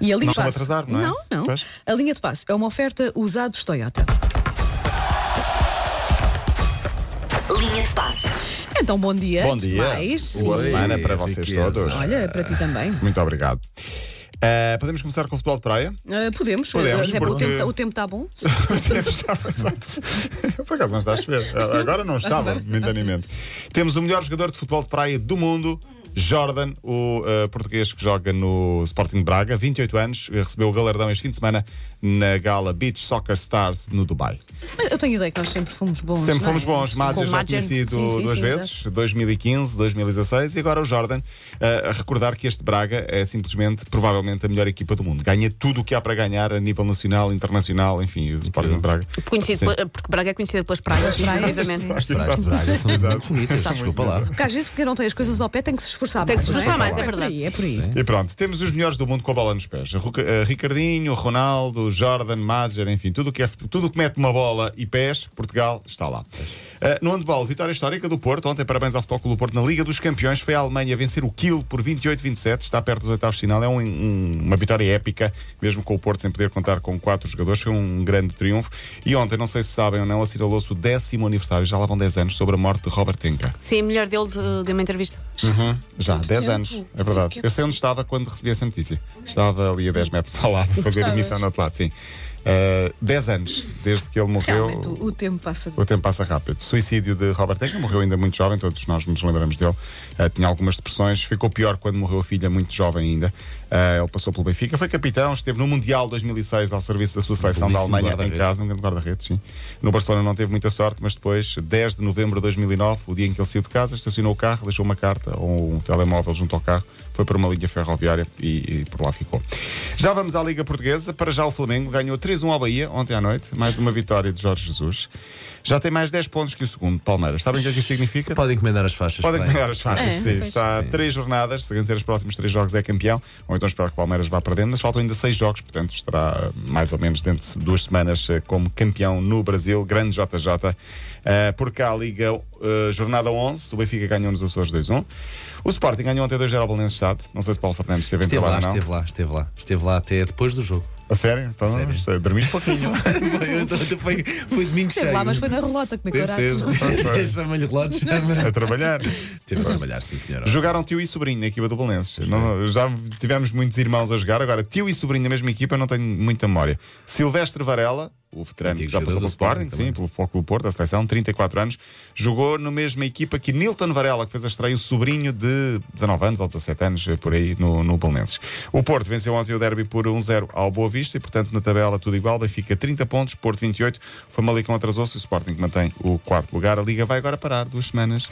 E a linha Não de vão passe- atrasar, não é? Não, não. Pois. A linha de passe é uma oferta usados Toyota. Linha de passe. Então, bom dia. Bom antes de dia. Mais. Boa Sim. semana para vocês riqueza. todos. Olha, para ti também. Muito obrigado. Eh, podemos começar com o futebol de praia? Ah, podemos, Podemos, até porque o porque- tempo tá- o tempo está bom. Por acaso não está a chover. Agora não estava, momentaneamente. Temos o melhor jogador de futebol de praia do mundo, Jordan, o eh, português que joga no Sporting de Braga, 28 anos, eh, recebeu o galardão este fim de semana na gala Beach Soccer Stars no Dubai. Mas Eu tenho ideia que nós sempre fomos bons. Sempre não é? fomos bons. Madger Com já tinha sido Sim, sim, duas sim, vezes, exato. 2015, 2016 e agora o Jordan. eh, a recordar que este Braga é simplesmente, provavelmente, a melhor equipa do mundo. Ganha tudo o que há para ganhar a nível nacional, internacional, enfim, o Sporting de Braga. Conhecido pela- porque Braga é conhecida pelas praias, inclusivamente. Praia de Braga são muito bonitas, desculpa lá. Porque às vezes quem não tem as coisas ao pé tem que se esforçar Tem que mais. se esforçar não mais, é por aí, verdade. é por aí. E pronto, temos os melhores do mundo com a bola nos pés. Ru- eh, Ricardinho, Ronaldo, Jordan, Madger, enfim, tudo o que, é, fute- tudo o que mete uma bola e pés, Portugal está lá. Eh, no handball, vitória histórica do Porto. Ontem, parabéns ao Futebol Clube do Porto na Liga dos Campeões. Foi a Alemanha vencer o Kiel por 28-27. Está perto dos oitavos de final. É um- um- uma vitória épica, mesmo com o Porto sem poder contar com quatro jogadores. Foi um grande triunfo. E ontem, não sei se sabem ou não, assinalou-se o décimo aniversário, já lá vão 10 anos, sobre a morte de Robert Tinka. Sim, a melhor dele de- deu uma entrevista. Já, 10 tempo. anos, é verdade. Eu sei onde estava quando recebi essa notícia. Estava ali a 10 Hum. metros ao lado, a fazer Estavas? emissão no outro lado, sim. Uh, 10 anos desde que ele Realmente, o morreu. o tempo passa. O tempo passa rápido. Suicídio de Robert Enke, morreu ainda muito jovem, todos nós nos lembramos dele. Uh, tinha algumas depressões, ficou pior quando morreu a filha, muito jovem ainda. Uh, ele passou pelo Benfica, foi capitão, esteve no Mundial 2006 ao serviço da sua seleção da belíssimo Alemanha em guarda-redes. casa, um grande guarda-redes, sim. No Barcelona não teve muita sorte, mas depois, 10 de novembro de 2009, o dia em que ele saiu de casa, estacionou o carro, deixou uma carta ou um telemóvel junto ao carro, foi para uma linha ferroviária e, e por lá ficou. Já vamos à Liga Portuguesa. Para já, o Flamengo ganhou 3-1 ao Bahia ontem à noite, mais uma vitória de Jorge Jesus. Já tem mais 10 pontos que o segundo, Palmeiras. Sabem o que é que isso significa? Podem encomendar as faixas. Podem para aí. ganhar as faixas, É, sim. pois. Está a três jornadas, se vencer os próximos três jogos é campeão, ou então esperar que o Palmeiras vá perdendo, mas faltam ainda seis jogos, portanto estará eh, mais ou menos dentro de duas semanas eh, como campeão no Brasil, grande JJ. Eh, por cá a Liga, eh, jornada 11, o Benfica ganhou nos Açores 2-1. O Sporting ganhou ontem 2-0 ao Balenço Não sei se Paulo Fernandes esteve em Esteve lá, trabalho ou não. esteve lá, esteve lá. Esteve lá até depois do jogo. A sério? Então, sério? dormi um pouquinho. Foi- então, foi, foi domingo Esteve cheio. lá, mas foi na relota que me Teve, coração. teve. Foi. É. Chama-lhe relógio, chama. a trabalhar. Teve a trabalhar, sim, senhora. Jogaram tio e sobrinho na equipa do Belenenses. Não- Já tivemos muitos irmãos a jogar, agora tio e sobrinho na mesma equipa, não tenho muita memória. Silvestre Varela, o veterano Antigo que já passou pelo jogador do Sporting Sporting, sim, também. pelo Foco do Porto, da seleção, 34 anos, jogou na mesma equipa que Nilton Varela, que fez a estreia, o sobrinho de 19 anos ou 17 anos, eh, por aí, no, no Belenenses. O Porto venceu ontem o derby por 1-0 ao Boa Vista e, portanto, na tabela tudo igual, Benfica 30 pontos, Porto 28, Famalicão atrasou-se e o Sporting mantém o quarto lugar. A Liga vai agora parar duas semanas.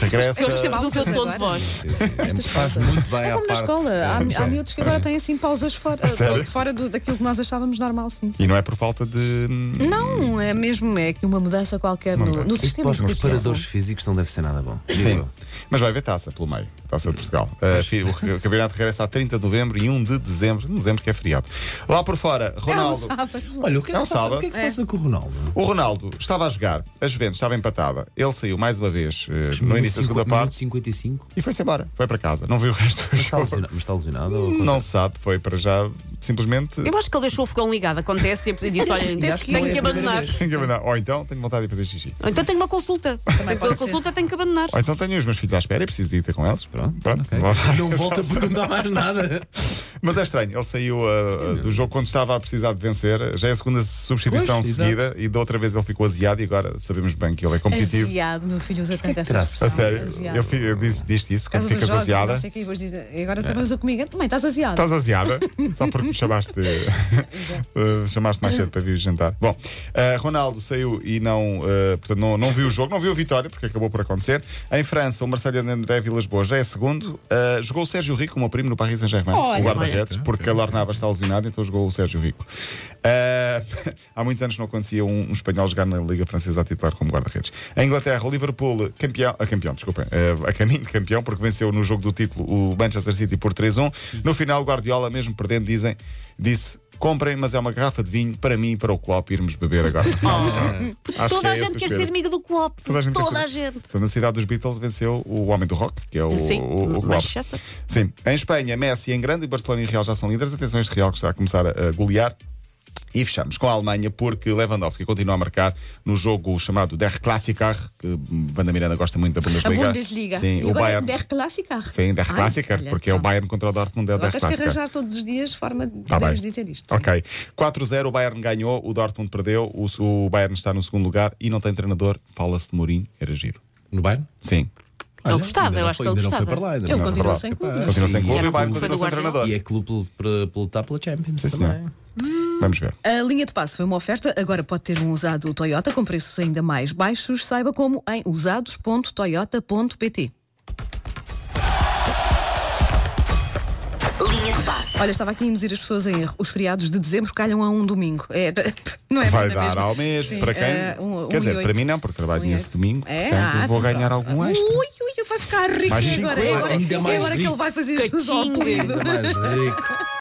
Regressa... Eu sempre do seu tom de voz. Sim, sim. É- Faz muito bem É à como na parte. escola, há, É. há miúdos que agora têm assim pausas fora, sério? fora do- daquilo que nós achávamos normal, sim. sim. E não é por falta de. Não, é mesmo, é que uma mudança qualquer no, mudança. no Isto Isto sistema para os educativo. preparadores físicos não deve ser nada bom. digo Sim. eu. Mas vai haver taça pelo meio, taça de Portugal. Uh, fi- o campeonato regressa a 30 de novembro e 1 de dezembro, dezembro que é feriado. Lá por fora, Ronaldo. É um sábado. Olha, o que é É um que se passa- sábado. o que é que se passa com o Ronaldo? O Ronaldo estava a jogar, a Juventus estava empatada, ele saiu mais uma vez uh, no início da segunda Minuto parte 55. e foi-se embora, foi para casa, não viu o resto do Mas está jogo. lesionado- mas está lesionado? ou- Não se sabe, foi para já simplesmente. Eu acho que ele deixou o fogão ligado, acontece, e disse: Olha, E acho que não tenho é que a primeira abandonar. Tenho que abandonar. Ou então tenho vontade de fazer xixi. Ou Então tenho uma consulta. pode A ser. consulta tenho que abandonar. Ou então tenho os meus filhos à espera e preciso de ir ter com eles. Pronto, Pronto. ok. Lá vai. Não volta a perguntar mais nada. Mas é estranho, ele saiu uh, do jogo quando estava a precisar de vencer. Já é a segunda substituição Pois, seguida exato. e da outra vez ele ficou aziado e agora sabemos bem que ele é competitivo. Aziado, meu filho usa tanto que essa terá expressão. A sério, Aziado. ele fi- ele disse, disse isso, Por quando causa dos ficas jogos e aziada. É. não sei o quê, e depois diz- e agora também usa comigo. Também Então, estás aziado. Estás aziada? Só porque me chamaste. eh, chamaste mais cedo para vir jantar. Bom, eh, Ronaldo saiu e não, eh, portanto, não, não viu o jogo, não viu a vitória, porque acabou por acontecer. Em França, o Marcelo de André Vilas Boas já é segundo. Eh, jogou o Sérgio Rico, o meu primo, no Paris Saint-Germain, Olha, o guarda-redes, olha. porque a Lornava está lesionado, então jogou o Sérgio Rico. Eh, há muitos anos não acontecia um, um espanhol jogar na Liga Francesa a titular como guarda-redes. A Inglaterra, o Liverpool, campeão, a campeão, desculpem, eh, a caminho de campeão, porque venceu no um. jogo do título o Manchester City por 3-1. No final, Guardiola, mesmo perdendo, dizem, disse. Comprem, mas é uma garrafa de vinho para mim e para o Klopp irmos beber agora. Porque Acho que toda é a esse gente o quer espelho. ser amiga do Klopp. Toda a gente quer Toda a saber. gente. Então, na cidade dos Beatles venceu o Homem do Rock, que é o, Sim, o, o Klopp. Manchester. Sim. Em Espanha, Messi em grande e Barcelona e Real já são líderes. Atenção, este Real que está a começar a, a golear. E fechamos com a Alemanha, porque Lewandowski continua a marcar no jogo chamado Der Klassiker, que hum, Wanda Miranda gosta muito da A Bundesliga. Bundesliga. Sim, e o agora é Bayern. Der Klassiker. Sim, Der Ai, Klassiker, olha, porque é o pronto. Bayern contra o Dortmund, é o Der Agora tens que Klassiker. arranjar todos os dias forma de Tá podermos bem. dizer isto. sim. Ok. 4-0, o Bayern ganhou, o Dortmund perdeu, o, o Bayern está no segundo lugar e não tem treinador. Fala-se de Mourinho, era giro. No Bayern? Sim. Ele Olha, gostava, ainda eu não acho foi- que ele ainda não foi gostava. para lá, ainda Ele não foi continua para lá. sem clube. Capaz. Continua sem E clube é e o Bayern clube- continua foi do sem Guardiola. treinador. E é clube pelo, pelo lutar pela Champions senhor. também. Vamos ver. A linha de passo foi uma oferta, agora pode ter um usado Toyota com preços ainda mais baixos. Saiba como em usados.toyota.pt. Linha de passe. Olha, estava aqui a induzir as pessoas em erro. Os feriados de dezembro calham a um domingo. É, não é Vai bem na dar mesma. ao mesmo. Sim, para quem? eh, um- um Quer e dizer, oito. para mim não, porque trabalho Um e nesse oito. domingo. É? portanto, Ah, vou então ganhar pronto. algum extra. Ui, ui, vai ficar rico Mais agora. É cinquenta, agora, ainda é mais agora que rico. ele vai fazer jus ao Cachinho. apelido. Ainda mais rico.